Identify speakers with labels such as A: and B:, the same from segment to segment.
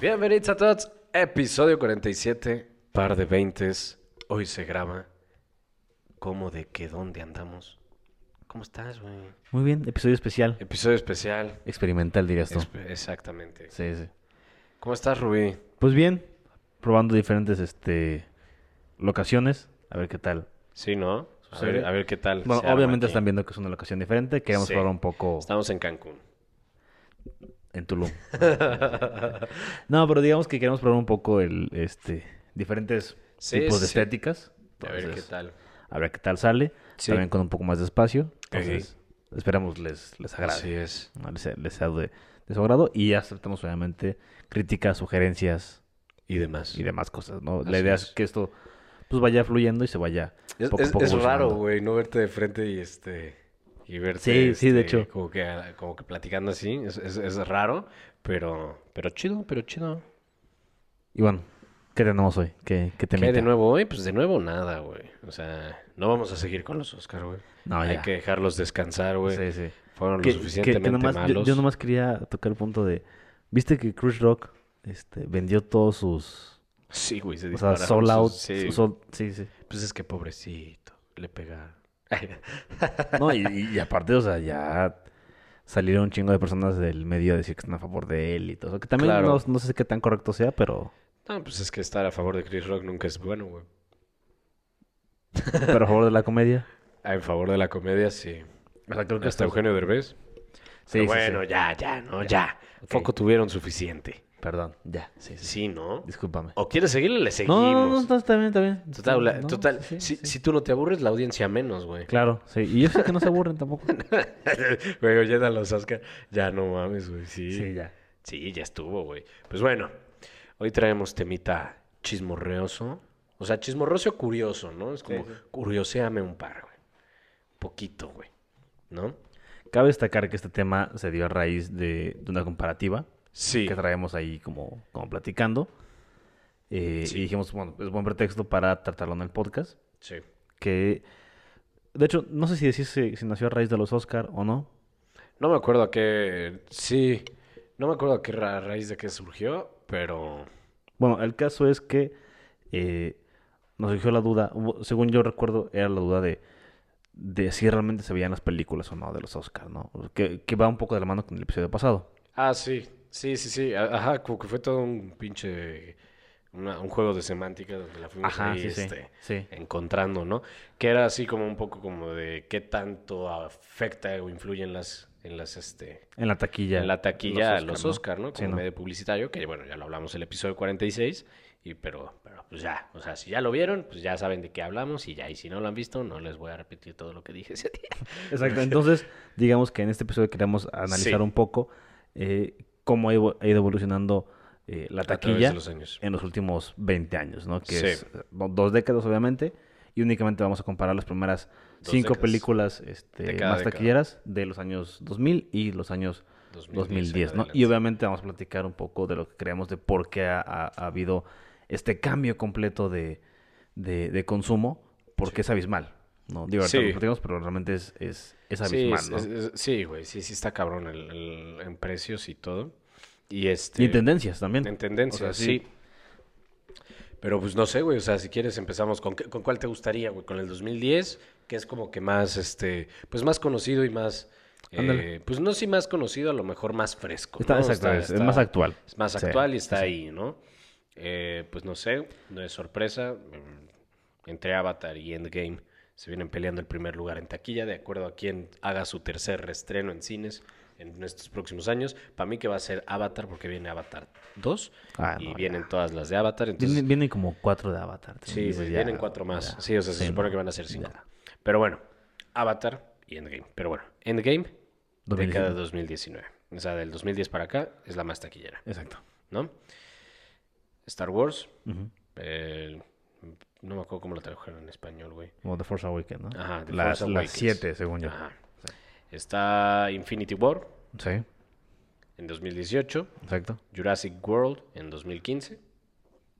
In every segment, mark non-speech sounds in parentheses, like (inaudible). A: Bienvenidos a todos, episodio 47, par de veintes. Hoy se graba. ¿Cómo de qué? ¿Dónde andamos? ¿Cómo estás, güey?
B: Muy bien, episodio especial.
A: Episodio especial.
B: Experimental, dirías tú.
A: Espe- Exactamente.
B: Sí, sí.
A: ¿Cómo estás, Rubí?
B: Pues bien, probando diferentes este locaciones, a ver qué tal.
A: Sí, ¿no? A
B: Sí.
A: ver, a ver qué tal.
B: Bueno,
A: Pues se arma
B: obviamente
A: aquí.
B: están viendo que es una locación diferente, queremos
A: Sí.
B: probar un poco
A: Estamos en (laughs) Cancún.
B: en Tulum. no, pero digamos que queremos probar un poco el este diferentes
A: Sí,
B: tipos de
A: sí.
B: estéticas.
A: A ver qué
B: Entonces,
A: tal.
B: A ver qué tal sale,
A: Sí.
B: también con un poco más de espacio. Entonces, esperamos les les agrade.
A: Así es.
B: ¿no? Les, les sea de, de su agrado y aceptamos obviamente críticas, sugerencias.
A: Y demás.
B: y demás cosas, ¿no?
A: Así
B: La idea es.
A: es.
B: que esto pues vaya fluyendo y se vaya
A: Es,
B: poco a
A: es-
B: poco
A: es raro,
B: evolucionando.
A: güey, no verte de frente y este. Y verte.
B: Sí, sí, de
A: este,
B: hecho.
A: Como que, como que platicando así. Es, es- es raro, pero. Pero chido, pero chido.
B: Y bueno, ¿qué tenemos hoy? ¿Qué, qué
A: ¿Qué
B: temita?
A: hay de nuevo hoy? Pues de nuevo nada, güey. O sea, no vamos a seguir con los Oscar, güey.
B: No,
A: Hay
B: Ah, ya.
A: que dejarlos descansar, güey.
B: Sí, sí.
A: Fueron
B: Que-
A: lo
B: que- que
A: suficientemente
B: nomás- yo-
A: malos.
B: Yo, nomás quería tocar el punto de... ¿Viste que Chris Rock este, vendió todos sus...
A: Sí, güey, se
B: O sea,
A: dispararon.
B: sold out.
A: sus- Sí.
B: su- sold- sí, sí.
A: Pues es que pobrecito. Le pegaron. (laughs)
B: No, y, y- y aparte, o sea, ya salieron un chingo de personas del medio a decir que están a favor de él y todo. eso, Que también
A: Claro.
B: no, no sé qué tan correcto sea, pero...
A: no, pues es que estar a favor de Chris Rock nunca es bueno, güey.
B: Pero a favor de la comedia.
A: Ah, En favor de la comedia, sí.
B: O sea, creo que
A: Hasta
B: hasta...
A: Eugenio Derbez.
B: Sí,
A: Pero
B: sí,
A: bueno,
B: sí.
A: ya, ya, no, ya.
B: Ok.
A: Foco tuvieron suficiente.
B: Perdón, ya. Sí, sí. sí.
A: Sí, ¿no?
B: Discúlpame.
A: ¿O quieres seguirle? Le seguimos.
B: No, no, no, está, está bien, está bien.
A: Total, la-
B: No,
A: total.
B: sí,
A: si,
B: sí.
A: si tú no te aburres, la audiencia menos, güey. (laughs)
B: Claro, sí. Y yo sé que no se aburren tampoco.
A: Güey, oyendo a los Oscar. Ya no mames, güey. (laughs) Sí. sí.
B: ya.
A: ya estuvo, güey. Pues bueno, hoy traemos temita chismorreoso. O sea, chismorreoso curioso, ¿no? Es como, curioseame un par, güey. Un poquito, güey. ¿No?
B: Cabe destacar que este tema se dio a raíz de, de una comparativa
A: Sí.
B: que traemos ahí como, como platicando. Eh,
A: Sí.
B: Y dijimos, bueno, es buen pretexto para tratarlo en el podcast.
A: Sí.
B: Que, de hecho, no sé si decís si, si nació a raíz de los Oscar o no.
A: No me acuerdo a qué. Sí. No me acuerdo a qué ra- raíz de qué surgió, pero.
B: Bueno, el caso es que eh, nos surgió la duda, hubo- según yo recuerdo, era la duda de, de si realmente se veían las películas o no de los Oscars, ¿no? Que, que va un poco de la mano con el episodio pasado.
A: Ah, sí. Sí, sí, sí. A- Ajá, como que fue todo un pinche. una- un juego de semántica donde la fuimos
B: Ajá,
A: ahí,
B: sí, sí,
A: este,
B: sí.
A: encontrando, ¿no? Que era así como un poco como de qué tanto afecta o influye en las. en las este.
B: En la taquilla.
A: en la taquilla
B: Los
A: los
B: Oscar, ¿no?
A: Oscar, ¿no?
B: Sí,
A: Como
B: ¿no?
A: medio publicitario, que bueno, ya lo hablamos en el episodio 46, y pero, pero pues ya, o sea, si ya lo vieron, pues ya saben de qué hablamos y ya, y si no lo han visto, no les voy a repetir todo lo que dije ese día. (laughs)
B: Exacto. Entonces, digamos que en este episodio queremos analizar
A: Sí.
B: un poco eh, cómo ha ido ha ido evolucionando eh, la
A: A través
B: taquilla
A: de los años.
B: en los últimos 20 años, ¿no? Que
A: Sí.
B: es eh, do- dos décadas, obviamente, y únicamente vamos a comparar las primeras
A: Dos
B: cinco
A: décadas.
B: películas este,
A: De
B: más
A: cada década.
B: taquilleras de los años 2000 y los años
A: 2010 en
B: 2010, ¿no?
A: adelante.
B: Y obviamente vamos a platicar un poco de lo que creemos de por qué ha, ha- ha habido este cambio completo de, de- de consumo, porque es abismal, ¿no? Digo, ahorita
A: Sí.
B: lo platicamos, pero realmente es, es, es
A: Sí,
B: abismal,
A: es-
B: ¿no?
A: es- es- sí, güey, sí, sí está cabrón el- el- en precios y todo. Y este...
B: Y en tendencias también.
A: En tendencia,
B: O sea,
A: sí. Pero pues no sé, güey, o sea, si quieres empezamos con, qué- con cuál te gustaría, güey, con el 2010, que es como que más, este, pues más conocido y más, eh,
B: Ándale.
A: pues no si más conocido, a lo mejor más fresco.
B: Está,
A: ¿no?
B: exacto,
A: Está-
B: es, es
A: está-
B: más actual.
A: Es más
B: Sí,
A: actual y está
B: sí, sí.
A: ahí, ¿no? Eh, pues no sé, no es sorpresa, mm, entre Avatar y Endgame se vienen peleando el primer lugar en taquilla, de acuerdo a quien haga su tercer reestreno en cines en estos próximos años. Para mí que va a ser Avatar, porque viene Avatar 2
B: Ah,
A: y
B: no, ya.
A: vienen todas las de Avatar. Entonces,
B: Vienen, vienen como cuatro de Avatar.
A: sí,
B: entonces
A: güey,
B: ya-
A: vienen cuatro más.
B: ya.
A: Sí, o sea, se
B: Sí,
A: supone
B: no,
A: que van a ser cinco.
B: ya.
A: Pero bueno, Avatar y Endgame. Pero bueno, Endgame, década
B: 2019.
A: 2019. O sea, del 2010 para acá es la más taquillera.
B: Exacto.
A: ¿no? Star Wars,
B: Ujú.
A: eh, no me acuerdo cómo lo tradujeron en español, güey.
B: Como The Force Awakens, ¿no?
A: Ajá, The
B: las,
A: Force
B: las
A: Awakens.
B: siete, según yo.
A: Ajá. Está Infinity War
B: Sí,
A: en 2018,
B: exacto.
A: Jurassic World en 2015,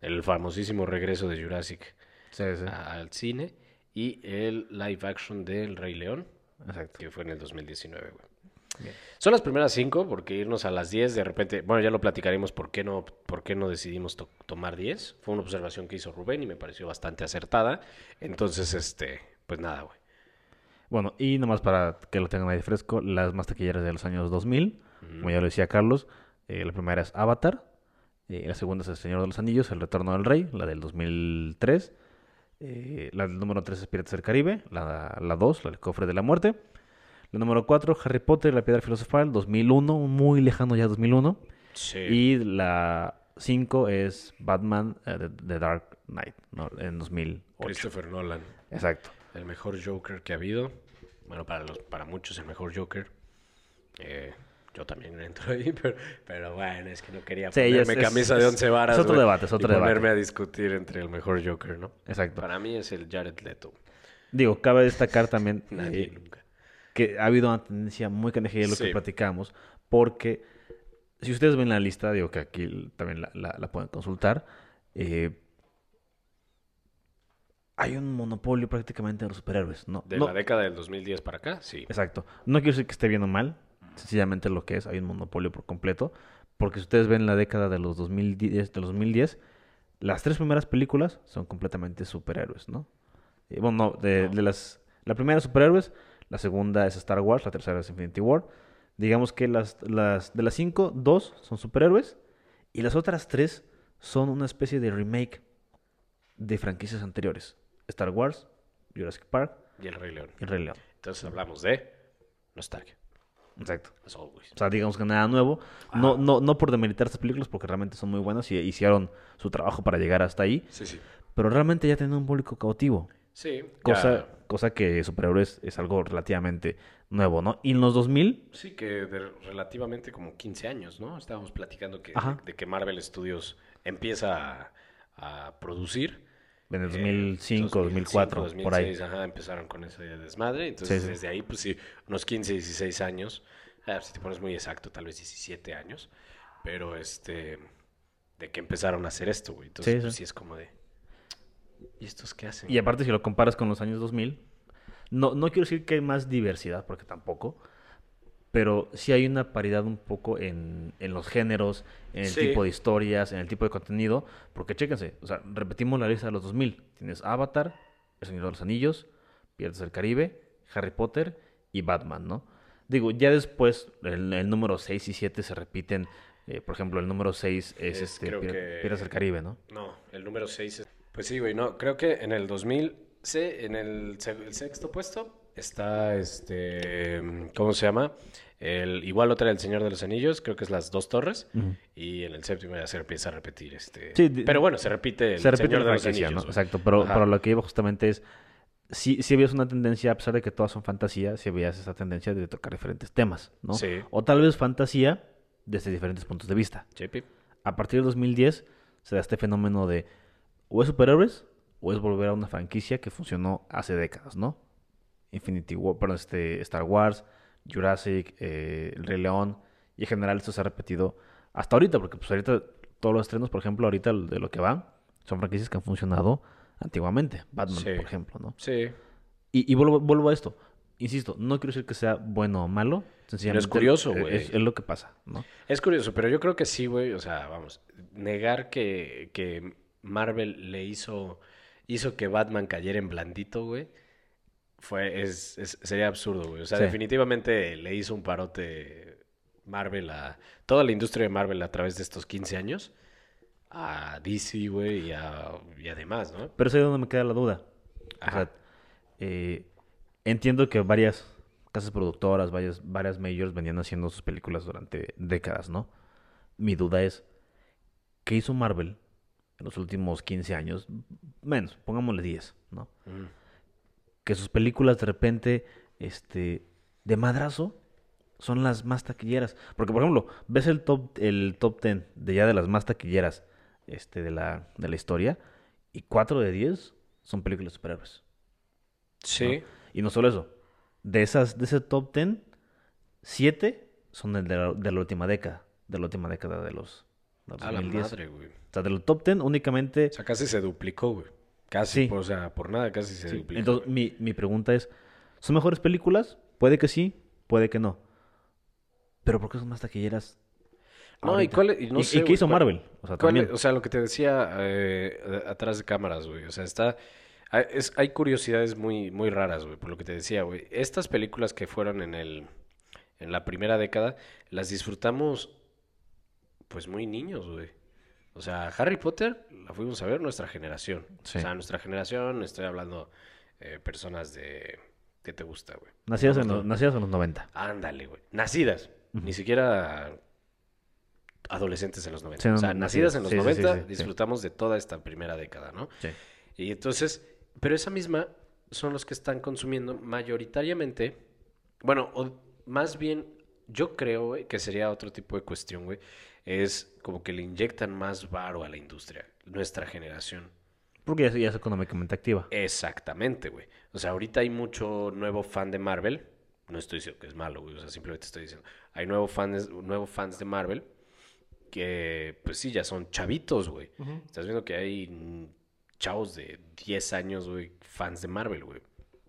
A: el famosísimo regreso de Jurassic
B: Sí, sí.
A: a- al cine y el live action del Rey León,
B: Exacto.
A: que fue en el 2019, güey.
B: Bien.
A: Son las primeras cinco, porque irnos a las 10 de repente, bueno, ya lo platicaremos por qué no, por qué no decidimos to- tomar 10. Fue una observación que hizo Rubén y me pareció bastante acertada. Entonces, este, pues nada, güey.
B: Bueno, y nomás para que lo tengan ahí fresco, las más taquilleras de los años 2000,
A: Mm.
B: como ya lo decía Carlos, eh, la primera es Avatar, eh, la segunda es El Señor de los Anillos, El Retorno del Rey, la del 2003, eh, la del número 3 es Piratas del Caribe, la 2, la, dos, la del Cofre de la Muerte, la número 4, Harry Potter, y la Piedra Filosofal, 2001, muy lejano ya 2001,
A: Sí.
B: y la 5 es Batman, eh, The, The Dark Knight, ¿no? en 2008.
A: Christopher Nolan,
B: Exacto.
A: el mejor Joker que ha habido. Bueno, para, los, para muchos el mejor Joker. Eh, yo también entro ahí, (laughs) pero, pero bueno, es que no quería
B: Sí,
A: ponerme
B: es- es-
A: camisa
B: es-
A: de once varas.
B: es otro
A: güey,
B: debate, es otro
A: y
B: debate.
A: ponerme a discutir entre el mejor Joker, ¿no?
B: Exacto.
A: Para mí es el Jared Leto.
B: Digo, cabe destacar también
A: Nadie
B: eh,
A: nunca.
B: que ha habido una tendencia muy canejilla de lo
A: Sí.
B: que platicamos, porque si ustedes ven la lista, digo que aquí l- también la, la- la pueden consultar, eh, hay un monopolio prácticamente de los superhéroes, ¿no?
A: De
B: no
A: la década del 2010 para acá, sí.
B: Exacto. No quiero decir que esté bien o mal, sencillamente lo que es, hay un monopolio por completo, porque si ustedes ven la década de los 2010, de los 2010 las tres primeras películas son completamente superhéroes, ¿no? Eh, bueno, no, de, de las... La primera es superhéroes, la segunda es Star Wars, la tercera es Infinity War. Digamos que las, las de las cinco, dos son superhéroes y las otras tres son una especie de remake de franquicias anteriores. Star Wars, Jurassic Park
A: Y el Rey León.
B: y El Rey León.
A: Entonces hablamos de nostalgia,
B: Exacto.
A: as always.
B: O sea, digamos que nada nuevo. No, no, no por demeritar estas películas porque realmente son muy buenas y hicieron su trabajo para llegar hasta ahí.
A: Sí, sí.
B: Pero realmente ya tienen un público cautivo.
A: Sí.
B: Cosa,
A: ya-
B: cosa que superhéroes es algo relativamente nuevo, ¿no? Y en los 2000,
A: sí, que de relativamente como 15 años, ¿no? Estábamos platicando que,
B: Ajá.
A: de que Marvel Studios empieza a, a producir.
B: en el
A: eh,
B: 2005, 2004,
A: 2005,
B: por ahí.
A: 2006, ajá, empezaron con ese desmadre. Entonces,
B: Sí, sí.
A: desde ahí, pues sí, unos 15, 16 años. Ah, si te pones muy exacto, tal vez 17 años. Pero este. De que empezaron a hacer esto, güey. Entonces,
B: Sí,
A: pues
B: sí.
A: sí es como de. ¿Y estos qué hacen?
B: Y aparte, si lo comparas con los años 2000, no, no quiero decir que hay más diversidad, porque tampoco, pero sí hay una paridad un poco en, en los géneros, en el
A: Sí.
B: tipo de historias, en el tipo de contenido, porque chéquense, o sea, repetimos la lista de los 2000. Tienes Avatar, El Señor de los Anillos, Piratas del Caribe, Harry Potter y Batman, ¿no? Digo, ya después el, el número 6 y 7 se repiten. eh, por ejemplo, el número 6 es,
A: Es,
B: este,
A: creo
B: Pira-
A: que-
B: Piratas del Caribe, ¿no?
A: No, el número 6 es... Pues sí, güey, no, creo que en el 2000, sí, en el, se- el sexto puesto está este, ¿cómo se llama? El, igual otra del Señor de los Anillos, creo que es las dos torres, y en el séptimo ya se empieza a repetir este...
B: Sí, de-
A: pero bueno, se repite el
B: se repite
A: Señor
B: la
A: de los
B: franquicia,
A: Anillos.
B: ¿no?
A: güey.
B: Exacto, pero,
A: Ajá.
B: pero lo que iba justamente es, si, si habías una tendencia, a pesar de que todas son fantasía, si habías esa tendencia de tocar diferentes temas, ¿no?
A: Sí.
B: O tal vez fantasía desde diferentes puntos de vista.
A: JP.
B: A partir del 2010 se da este fenómeno de o es superhéroes o es volver a una franquicia que funcionó hace décadas, ¿no? Infinity War, perdón, este, Star Wars, Jurassic, eh, El Rey León, y en general esto se ha repetido hasta ahorita, porque pues ahorita todos los estrenos, por ejemplo, ahorita el- de lo que va, son franquicias que han funcionado antiguamente, Batman,
A: Sí.
B: por ejemplo, ¿no?
A: Sí.
B: Y, y vuelvo, vuelvo a esto, insisto, no quiero decir que sea bueno o malo, sencillamente
A: curioso,
B: es-
A: güey.
B: Es, es lo que pasa, ¿no?
A: Es curioso, pero yo creo que sí, güey. O sea, vamos, negar que, que Marvel le hizo, hizo que Batman cayera en blandito, güey, fue, es, es- sería absurdo, güey. O sea,
B: Sí.
A: definitivamente le hizo un parote Marvel a toda la industria de Marvel a través de estos 15 años. A DC, güey, y, a- y además, ¿no?
B: Pero es ahí donde me queda la duda. O
A: Ajá.
B: sea, eh, entiendo que varias casas productoras, varias, varias majors venían haciendo sus películas durante décadas, ¿no? Mi duda es, ¿qué hizo Marvel en los últimos 15 años? Menos, pongámosle 10, ¿no?
A: Mm.
B: Que sus películas de repente, este, de madrazo, son las más taquilleras. Porque, por ejemplo, ves el top, el top 10 de ya de las más taquilleras este, de, la, de la historia, y 4 de 10 son películas de superhéroes.
A: Sí.
B: Y no solo eso. De esas, de ese top 10, 7 son del de la, de la última década. De la última década de los, de los
A: A la
B: 2010.
A: madre, güey.
B: O sea, del top 10 únicamente.
A: O sea, casi se duplicó, güey. Casi,
B: Sí.
A: por- o sea, por nada casi se
B: sí.
A: duplicó.
B: Entonces, mi, mi pregunta es: ¿son mejores películas? Puede que sí, puede que no. Pero ¿por qué son más taquilleras?
A: No, ¿y
B: ahorita?
A: cuál es- y no
B: ¿Y-
A: sé,
B: y qué
A: güey,
B: hizo
A: cuál-
B: Marvel? O sea,
A: ¿Cuál es-
B: también.
A: o sea, lo que te decía eh, a- atrás de cámaras, güey. O sea, está. Hay, es- hay curiosidades muy, muy raras, güey, por lo que te decía, güey. Estas películas que fueron en el. en la primera década, las disfrutamos. Pues muy niños, güey. O sea, Harry Potter la fuimos a ver nuestra generación.
B: Sí.
A: O sea, nuestra generación, estoy hablando eh, personas de. ¿Qué te gusta, güey?
B: Nacidas, en
A: Vamos,
B: los, nacidas en los 90.
A: Ándale, güey. Nacidas. Ni siquiera adolescentes en los 90.
B: Sí, no,
A: o sea,
B: no,
A: nacidas
B: nacidas.
A: en los
B: Sí, sí, sí,
A: 90
B: sí, sí.
A: disfrutamos de toda esta primera década, ¿no?
B: Sí.
A: Y entonces, pero esa misma son los que están consumiendo mayoritariamente, bueno, o más bien, yo creo güey, que sería otro tipo de cuestión, güey, es como que le inyectan más varo a la industria, nuestra generación.
B: Porque ya, es- ya es económicamente activa.
A: Eh, Exactamente, güey. O sea, ahorita hay mucho nuevo fan de Marvel. No estoy diciendo que es malo, güey. O sea, simplemente estoy diciendo. Hay nuevos fans, nuevos fans de Marvel que, pues sí, ya son chavitos, güey. Estás viendo que hay mm, chavos de 10 años, güey, fans de Marvel, güey.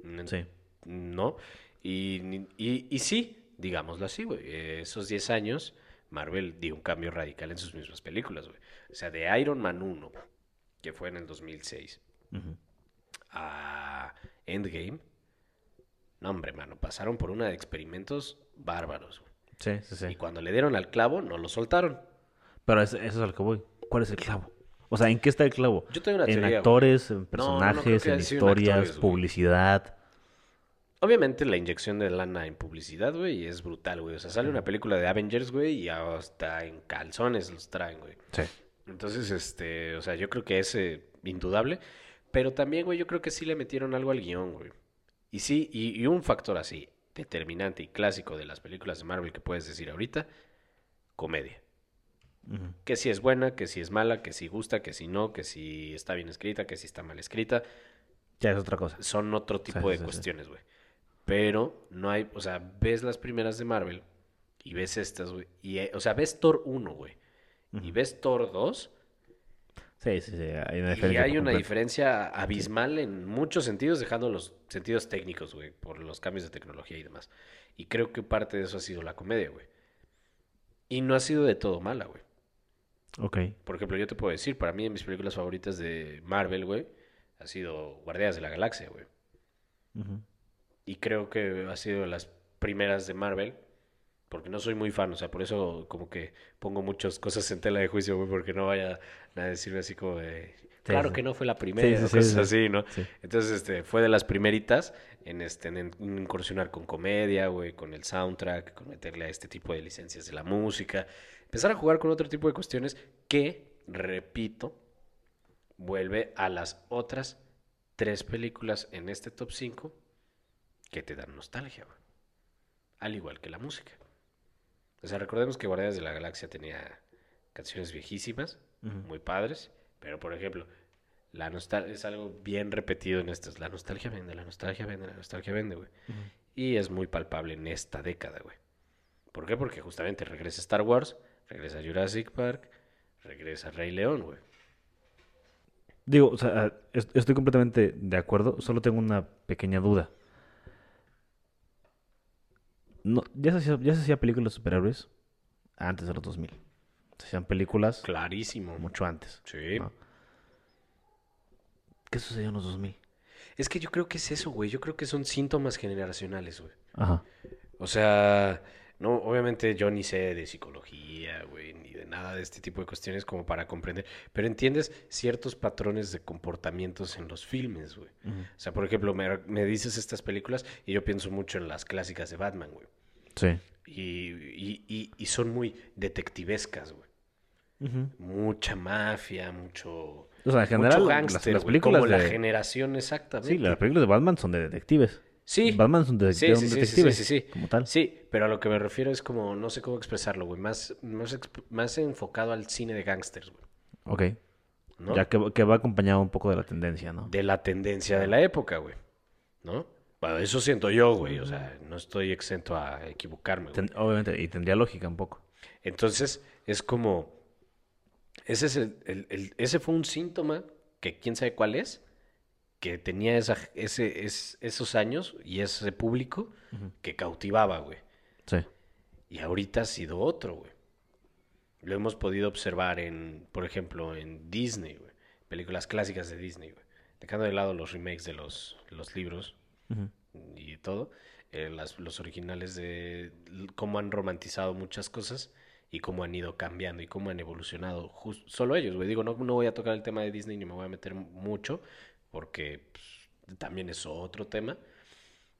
A: Mm,
B: Sí.
A: ¿No? Y, ni- y, y sí, digámoslo así, güey. eh, Esos 10 años, Marvel dio un cambio radical en sus mismas películas, güey. O sea, de Iron Man 1, que fue en el 2006
B: Ujú.
A: a Endgame. No, hombre, mano, pasaron por una de experimentos bárbaros. güey.
B: Sí, sí, sí.
A: Y cuando le dieron al clavo, no lo soltaron.
B: Pero es- eso es al que voy. ¿Cuál es el clavo? O sea, ¿en qué está el clavo?
A: Yo tengo una
B: en
A: teoría, güey.
B: actores, en
A: No, no, no, creo
B: personajes,
A: que
B: en
A: haya sido en
B: historias,
A: actores, güey.
B: publicidad.
A: Obviamente la inyección de lana en publicidad, güey, es brutal, güey. O sea, sale una película de Avengers, güey, y hasta en calzones los traen, güey.
B: Sí.
A: Entonces, este, o sea, yo creo que ese, indudable. Pero también, güey, yo creo que sí le metieron algo al guión, güey. Y sí, y, y un factor así, determinante y clásico de las películas de Marvel que puedes decir ahorita, comedia.
B: Ujú.
A: que si es buena, que si es mala, que si gusta, que si no, que si está bien escrita, que si está mal escrita,
B: Ya es otra cosa.
A: son otro tipo
B: sí,
A: de
B: sí.
A: cuestiones, güey. Pero no hay, o sea, ves las primeras de Marvel y ves estas, güey, y eh, o sea, ves Thor 1, güey, y ves Thor 2
B: Sí, sí, sí. Hay una
A: y
B: diferencia.
A: hay
B: por
A: una
B: completo.
A: diferencia abismal en muchos sentidos, dejando los sentidos técnicos, güey, por los cambios de tecnología y demás. Y creo que parte de eso ha sido la comedia, güey. Y no ha sido de todo mala, güey.
B: Ok.
A: Por ejemplo, yo te puedo decir, para mí de mis películas favoritas de Marvel, güey, ha sido Guardianes de la Galaxia, güey.
B: Ujú.
A: Y creo que ha sido de las primeras de Marvel, porque no soy muy fan, o sea, por eso como que pongo muchas cosas en tela de juicio, güey, porque no vaya a decirme así como de... Claro
B: sí.
A: que no fue la primera,
B: sí,
A: o
B: sí,
A: cosas
B: sí.
A: así, ¿no?
B: Sí.
A: Entonces, este, fue de las primeritas en, este, en, en incursionar con comedia, güey, con el soundtrack, con meterle a este tipo de licencias de la música, empezar a jugar con otro tipo de cuestiones que, repito, vuelve a las otras tres películas en este top 5 que te dan nostalgia, güey. Al igual que la música. O sea, recordemos que Guardianes de la Galaxia tenía canciones viejísimas,
B: Ujú.
A: muy padres, pero por ejemplo, la nostal- es algo bien repetido en estas. La nostalgia vende, la nostalgia vende, la nostalgia vende, güey. Y es muy palpable en esta década, güey. ¿Por qué? Porque justamente regresa Star Wars, regresa Jurassic Park, regresa Rey León, güey.
B: Digo, o sea, ah, es- estoy completamente de acuerdo, solo tengo una pequeña duda. No, ya se hacía- ya se hacían películas de superhéroes antes de los 2000. Se hacían películas
A: Clarísimo.
B: mucho Ah. antes.
A: Sí.
B: ¿no? ¿Qué sucedió en los 2000?
A: Es que yo creo que es eso, güey. Yo creo que son síntomas generacionales, güey.
B: Ajá.
A: O sea, no, obviamente yo ni sé de psicología, güey, ni de nada de este tipo de cuestiones como para comprender, pero entiendes ciertos patrones de comportamientos en los filmes, güey. O sea, por ejemplo, me, me dices estas películas y yo pienso mucho en las clásicas de Batman, güey.
B: Sí.
A: Y, y- y- y son muy detectivescas, güey. Mucha mafia, mucho...
B: O sea, en general,
A: mucho
B: las-
A: gángster,
B: las
A: güey, como
B: películas
A: la
B: de-
A: generación exactamente.
B: Sí, las películas de Batman son de detectives.
A: Sí.
B: Batman es un de-
A: Sí,
B: de un
A: sí, sí, sí,
B: detective,
A: sí, sí, sí.
B: como tal.
A: Sí, pero a lo que me refiero es como, no sé cómo expresarlo, güey. Más, más, exp- más enfocado al cine de gángsters, güey.
B: Ok.
A: ¿no?
B: Ya que, que va acompañado un poco de la tendencia, ¿no?
A: De la tendencia de la época, güey. ¿No? Bueno, eso siento yo, güey. O sea, no estoy exento a equivocarme, güey.
B: Ten- obviamente, y tendría lógica un poco.
A: Entonces, es como. Ese, es el, el- el- ese fue un síntoma que quién sabe cuál es, que tenía esa, ese, es- esos años y ese público que cautivaba, güey.
B: Sí.
A: y ahorita ha sido otro, güey. Lo hemos podido observar en, por ejemplo, en Disney, güey. Películas clásicas de Disney, güey. Dejando de lado los remakes de los, los libros
B: Ujú.
A: y todo. eh, las- los originales de l- cómo han romantizado muchas cosas y cómo han ido cambiando y cómo han evolucionado. jus- solo ellos, güey. Digo, no, no voy a tocar el tema de Disney ni me voy a meter mucho porque pues, también es otro tema.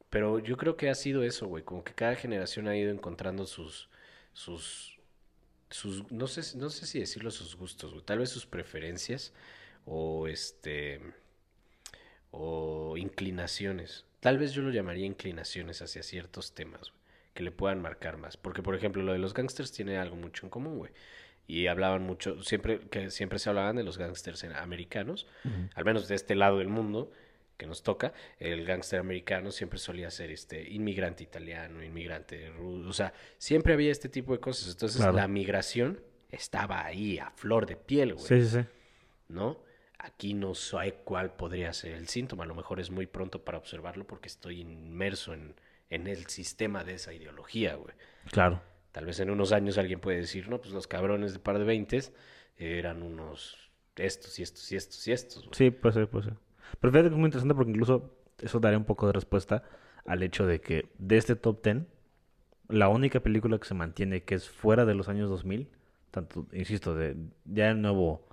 A: Pero yo creo que ha sido eso, güey. Como que cada generación ha ido encontrando sus. sus. sus. no sé, no sé si decirlo sus gustos, güey. Tal vez sus preferencias. O este. O inclinaciones. Tal vez yo lo llamaría inclinaciones hacia ciertos temas, güey. Que le puedan marcar más. Porque, por ejemplo, lo de los gangsters tiene algo mucho en común, güey. Y hablaban mucho, siempre, que siempre se hablaban de los gangsters en- americanos, al menos de este lado del mundo que nos toca, el gángster americano siempre solía ser este inmigrante italiano, inmigrante ruso, o sea, siempre había este tipo de cosas. Entonces
B: Claro.
A: la migración estaba ahí a flor de piel, güey.
B: Sí, sí, sí.
A: ¿no? Aquí no sé cuál podría ser el síntoma, a lo mejor es muy pronto para observarlo porque estoy inmerso en, en el sistema de esa ideología, güey.
B: Claro.
A: Tal vez en unos años alguien puede decir, no, pues los cabrones de par de veintes eran unos estos y estos y estos y estos, güey.
B: Sí, puede ser, puede ser. Pero fíjate que es muy interesante porque incluso eso daría un poco de respuesta al hecho de que de este top 10, la única película que se mantiene que es fuera de los años 2000, tanto, insisto, de ya el nuevo,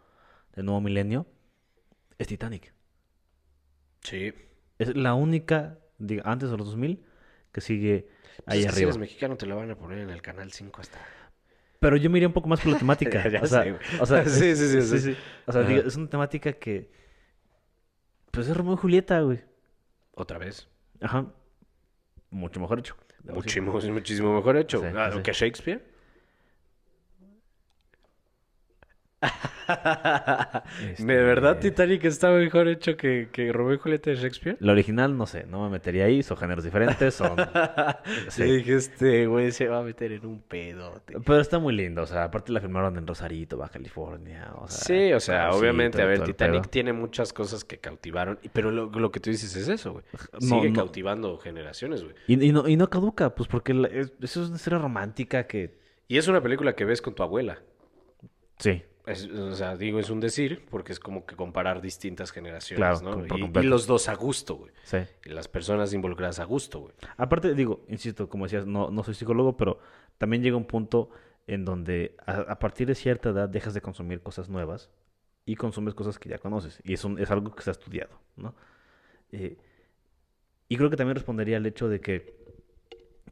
B: del nuevo milenio, es Titanic.
A: Sí.
B: Es la única, diga, antes de los 2000, que sigue ahí
A: Pues es que Si
B: arriba.
A: eres mexicano te la van a poner en el canal 5 hasta.
B: Pero yo me iría un poco más por
A: (laughs)
B: la temática.
A: Ya
B: o sea,
A: sé, güey. (laughs)
B: o sea,
A: Sí, sí, sí,
B: es-
A: sí.
B: O sea,
A: Ajá.
B: digo, es una temática que. Pues es Romeo y Julieta, güey.
A: Otra vez.
B: Ajá. Mucho mejor hecho.
A: Muchísimo, (laughs) muchísimo mejor hecho
B: Sí,
A: Ah,
B: sí.
A: que Shakespeare.
B: (laughs) Este,
A: ¿De verdad Titanic está mejor hecho que, que Romeo y Julieta de Shakespeare?
B: La original, no sé, no me metería ahí, son géneros diferentes, son...
A: (laughs) Sí.
B: Sí.
A: dije, este güey se va a meter en un pedote.
B: Pero está muy lindo, o sea, aparte la filmaron en Rosarito, Baja California, o sea...
A: Sí, o sea,
B: calorcito
A: obviamente, a
B: y
A: ver,
B: todo el
A: Titanic
B: pedo.
A: tiene muchas cosas que cautivaron, y- pero lo, lo que tú dices es eso, (laughs) güey.
B: No,
A: Sigue
B: no.
A: cautivando generaciones, güey.
B: Y, y no, y no caduca, pues porque la- es- eso es una serie romántica que...
A: Y es una película que ves con tu abuela.
B: Sí,
A: Es- o sea, digo, es un decir, porque es como que comparar distintas generaciones,
B: Claro,
A: ¿no?
B: con- por
A: Y- Y,
B: completo.
A: los dos a gusto, güey.
B: sí.
A: Y las personas involucradas a gusto, güey.
B: Aparte, digo, insisto, como decías, no, no soy psicólogo, pero también llega un punto en donde a, a partir de cierta edad dejas de consumir cosas nuevas y consumes cosas que ya conoces. Y es, un- es algo que se ha estudiado, ¿no? Eh, y creo que también respondería al hecho de que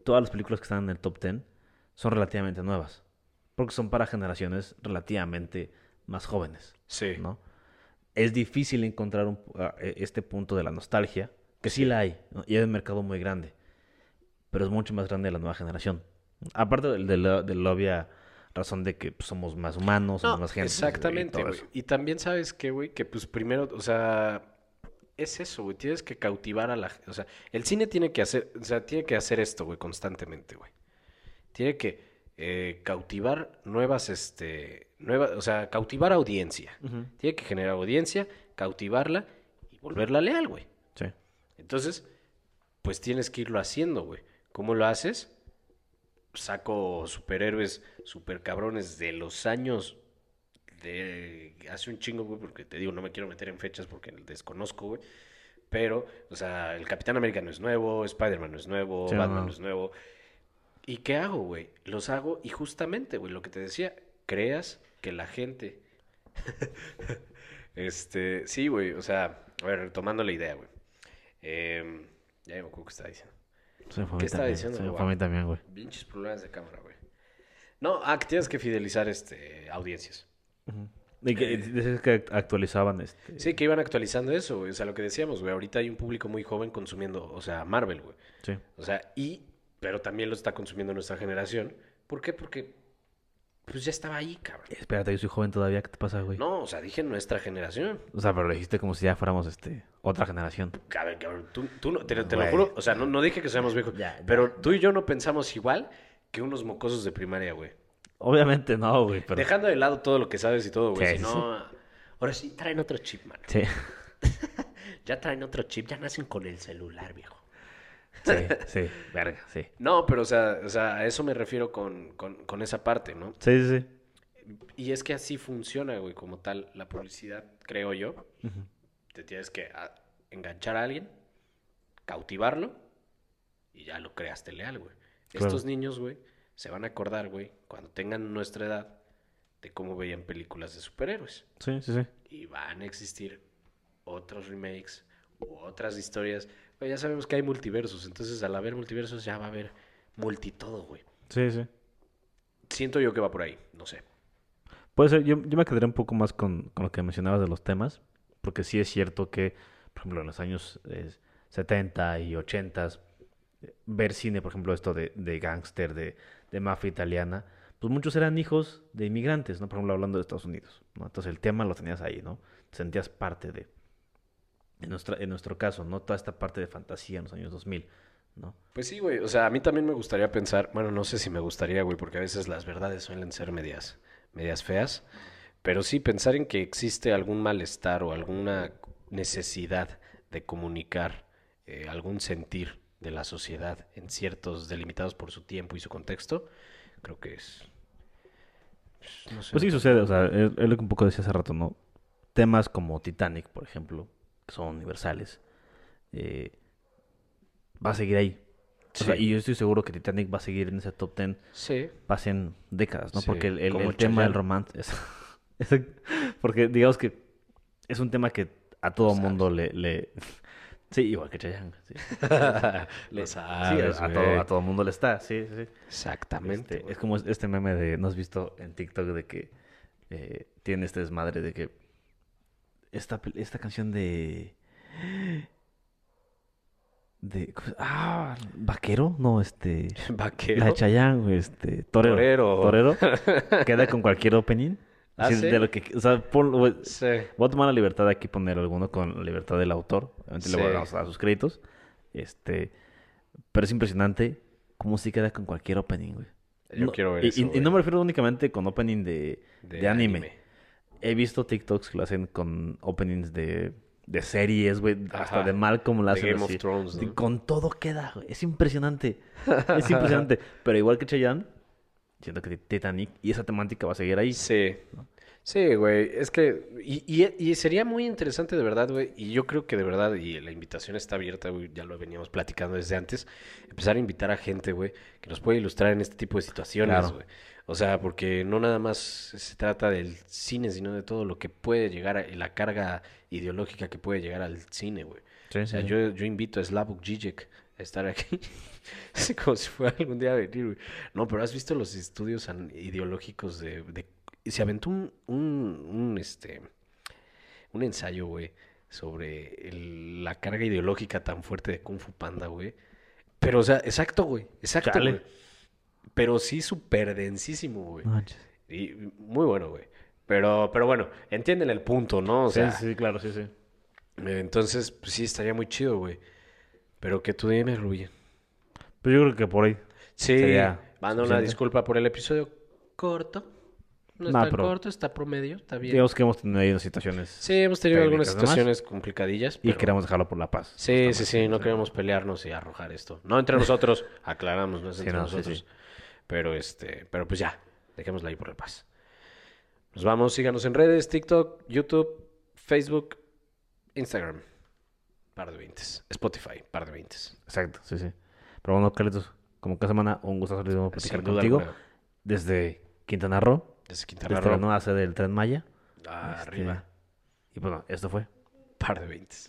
B: todas las películas que están en el top 10 son relativamente nuevas, porque son para generaciones relativamente más jóvenes.
A: Sí.
B: ¿no? Es difícil encontrar un- a- e- este punto de la nostalgia, que sí la hay, ¿no? y es un mercado muy grande, pero es mucho más grande de la nueva generación. Aparte del- de la, de la obvia razón de que pues, somos más humanos, somos
A: No,
B: más gente. y
A: Exactamente,
B: todo
A: güey.
B: eso.
A: Y también sabes que, güey, que pues primero, o sea, es eso, güey. Tienes que cautivar a la gente. O sea, el cine tiene que hacer, o sea, tiene que hacer esto, güey, constantemente, güey. Tiene que eh, cautivar nuevas, este, nuevas, o sea, cautivar audiencia.
B: Ujú.
A: Tiene que generar audiencia, cautivarla y volverla leal, güey.
B: Sí.
A: Entonces, pues tienes que irlo haciendo, güey. ¿Cómo lo haces? Saco superhéroes, supercabrones de los años de hace un chingo, güey, porque te digo, no me quiero meter en fechas porque desconozco, güey. Pero, o sea, el Capitán América no es nuevo, Spider-Man no es nuevo,
B: Sí,
A: Batman
B: no.
A: no es nuevo. ¿Y qué hago, güey? Los hago y justamente, güey, lo que te decía, creas que la gente... (laughs) este, sí, güey, o sea, a ver, retomando la idea, güey. Em, ya me acuerdo que estaba diciendo.
B: Se me fue a mí
A: ¿Qué estaba
B: también,
A: diciendo,
B: se me fue a
A: guau?
B: mí también, güey.
A: Pinches problemas de cámara, güey. No, ah, que tienes que fidelizar este, audiencias.
B: Y que, decías que act- actualizaban este.
A: Eh. Sí, que iban actualizando eso, güey. O sea, lo que decíamos, güey. Ahorita hay un público muy joven consumiendo, o sea, Marvel, güey.
B: Sí.
A: O sea, y, pero también lo está consumiendo nuestra generación. ¿Por qué? Porque, pues ya estaba ahí, cabrón.
B: Espérate, yo soy joven todavía, ¿qué te pasa, güey?
A: No, o sea, dije nuestra generación.
B: O sea, pero lo dijiste como si ya fuéramos este otra generación.
A: Cabrón, cabrón, tú, tú no, te, te lo
B: Güey.
A: juro. O sea, no, no dije que seamos viejos.
B: Ya, ya.
A: Pero tú y yo no pensamos igual que unos mocosos de primaria, güey.
B: Obviamente no, güey, pero.
A: Dejando de lado todo lo que sabes y todo, güey. Si
B: Sí, sí,
A: no, ahora sí, traen (laughs) otro chip, man.
B: Sí.
A: Ya traen otro chip, ya nacen con el celular, viejo.
B: Sí, sí, verga, sí.
A: No, pero o sea, o sea, a eso me refiero con, con, con esa parte, ¿no?
B: Sí, sí, sí.
A: Y es que así funciona, güey, como tal la publicidad, creo yo. Te tienes que a- enganchar a alguien, cautivarlo y ya lo creaste leal, güey.
B: Claro.
A: Estos niños, güey, se van a acordar, güey, cuando tengan nuestra edad, de cómo veían películas de superhéroes.
B: Sí, sí, sí.
A: Y van a existir otros remakes u otras historias. Güey, ya sabemos que hay multiversos, entonces al haber multiversos ya va a haber multitodo, güey.
B: Sí, sí.
A: Siento yo que va por ahí, no sé.
B: Puede ser, yo, yo me quedaría un poco más con, con lo que mencionabas de los temas, porque sí es cierto que, por ejemplo, en los años eh, 70 y 80, eh, ver cine, por ejemplo, esto de, de gángster, de, de mafia italiana, pues muchos eran hijos de inmigrantes, ¿no? Por ejemplo, hablando de Estados Unidos, ¿no? Entonces el tema lo tenías ahí, ¿no? Te sentías parte de, en, nuestra, en nuestro caso, ¿no? Toda esta parte de fantasía en los años 2000, ¿no?
A: Pues sí, güey. O sea, a mí también me gustaría pensar. Bueno, no sé si me gustaría, güey, porque a veces las verdades suelen ser medias, medias feas. Pero sí, pensar en que existe algún malestar o alguna necesidad de comunicar eh, algún sentir de la sociedad en ciertos delimitados por su tiempo y su contexto, creo que es. pues, no sé.
B: Pues sí sucede, o sea, es, es lo que un poco decía hace rato, ¿no? Temas como Titanic, por ejemplo, que son universales, eh, va a seguir ahí. O sea,
A: Sí.
B: y yo estoy seguro que Titanic va a seguir en ese top ten,
A: Sí.
B: pasen décadas, ¿no?
A: Sí,
B: Porque el, el-
A: como
B: el tema del
A: Chayanne.
B: romance (laughs) es- es- Porque digamos que es un tema que a todo
A: Sabes.
B: mundo le... le- (laughs) Sí, igual que Chayanne. Sí,
A: (laughs) Lo
B: Sí,
A: sabes,
B: a,
A: Ah, güey.
B: todo, a todo mundo le está, sí, sí. sí.
A: Exactamente.
B: Este,
A: güey.
B: es como es- este meme de, ¿no has visto en TikTok de que eh, tiene este desmadre de que esta, pel- esta canción de... de ¿cómo se- ah, vaquero, no, este...
A: (laughs) Vaquero.
B: La de Chayanne, güey, este... Torero.
A: Torero. (laughs)
B: Torero. Queda con cualquier opening.
A: Ah,
B: Así
A: ¿sí?
B: de lo que... O sea, pon- güey,
A: Sí.
B: voy a tomar la libertad de aquí poner alguno con la libertad del autor. Obviamente le
A: Sí.
B: vamos a dar sus créditos. Este... Pero es impresionante cómo sí queda con cualquier opening, güey.
A: Yo
B: No,
A: quiero ver
B: y,
A: eso.
B: y- y
A: güey.
B: no me refiero únicamente con opening de, de anime. He visto TikToks que lo hacen con openings de, de series, güey. Hasta
A: Ajá.
B: de mal como lo
A: De
B: hacen.
A: Game of
B: así.
A: Thrones,
B: De-
A: ¿no?
B: Con todo queda, güey.
A: (laughs)
B: Es impresionante. Es impresionante. Pero igual que Chayanne, siento que Titanic y esa temática va a seguir ahí.
A: Sí. Sí, güey. Es que. Y, y- y sería muy interesante, de verdad, güey. Y yo creo que de verdad, y la invitación está abierta, güey. Ya lo veníamos platicando desde antes. Empezar a invitar a gente, güey, que nos puede ilustrar en este tipo de situaciones,
B: Claro.
A: güey. O sea, porque no nada más se trata del cine, sino de todo lo que puede llegar, a, la carga ideológica que puede llegar al cine, güey.
B: Sí,
A: O sea,
B: sí, sí.
A: yo, yo invito a Slavoj Žižek a estar aquí. (laughs) Así como si fuera algún día a venir, güey. No, pero has visto los estudios an- ideológicos de... de- se aventó un, un, un, este, un ensayo, güey, sobre el- la carga ideológica tan fuerte de Kung Fu Panda, güey. Pero, o sea, exacto, güey. Exacto,
B: Chale. Ah.
A: güey. Pero sí súper densísimo, güey.
B: No manches.
A: Y muy bueno, güey. Pero, pero bueno, entienden el punto, ¿no? O
B: Sí,
A: sea,
B: sí, sí, claro, sí, sí.
A: eh, Entonces, pues sí, estaría muy chido, güey. Pero que tú dime, Rubí.
B: Pero Pues yo creo que por ahí.
A: Sí,
B: Sería
A: mando una
B: suficiente.
A: disculpa por el episodio corto. No
B: Nah,
A: está
B: pero-
A: corto, está promedio, está bien.
B: Digamos que hemos tenido ahí unas situaciones.
A: Sí, hemos tenido algunas
B: Técnicas nomás.
A: situaciones complicadillas.
B: Y
A: pero-
B: queremos dejarlo por la paz.
A: Sí, sí, sí, no queremos pelearnos y arrojar esto. No entre
B: (laughs)
A: nosotros, aclaramos, no es
B: Sí,
A: entre
B: no, sí,
A: nosotros.
B: sí.
A: Pero este, pero pues ya, dejémosla ahí por la paz. Nos vamos, síganos en redes, TikTok, YouTube, Facebook, Instagram, par de veintes, Spotify, par de veintes.
B: Exacto, sí, sí. Pero bueno, Carlitos, como cada semana, un gusto salir platicar
A: Sin duda
B: contigo.
A: alguna.
B: Desde Quintana Roo,
A: Desde Quintana
B: desde la
A: Roo.
B: nueva sede del Tren Maya.
A: Ah,
B: Este,
A: Arriba.
B: Y bueno, esto fue.
A: Par de veintes.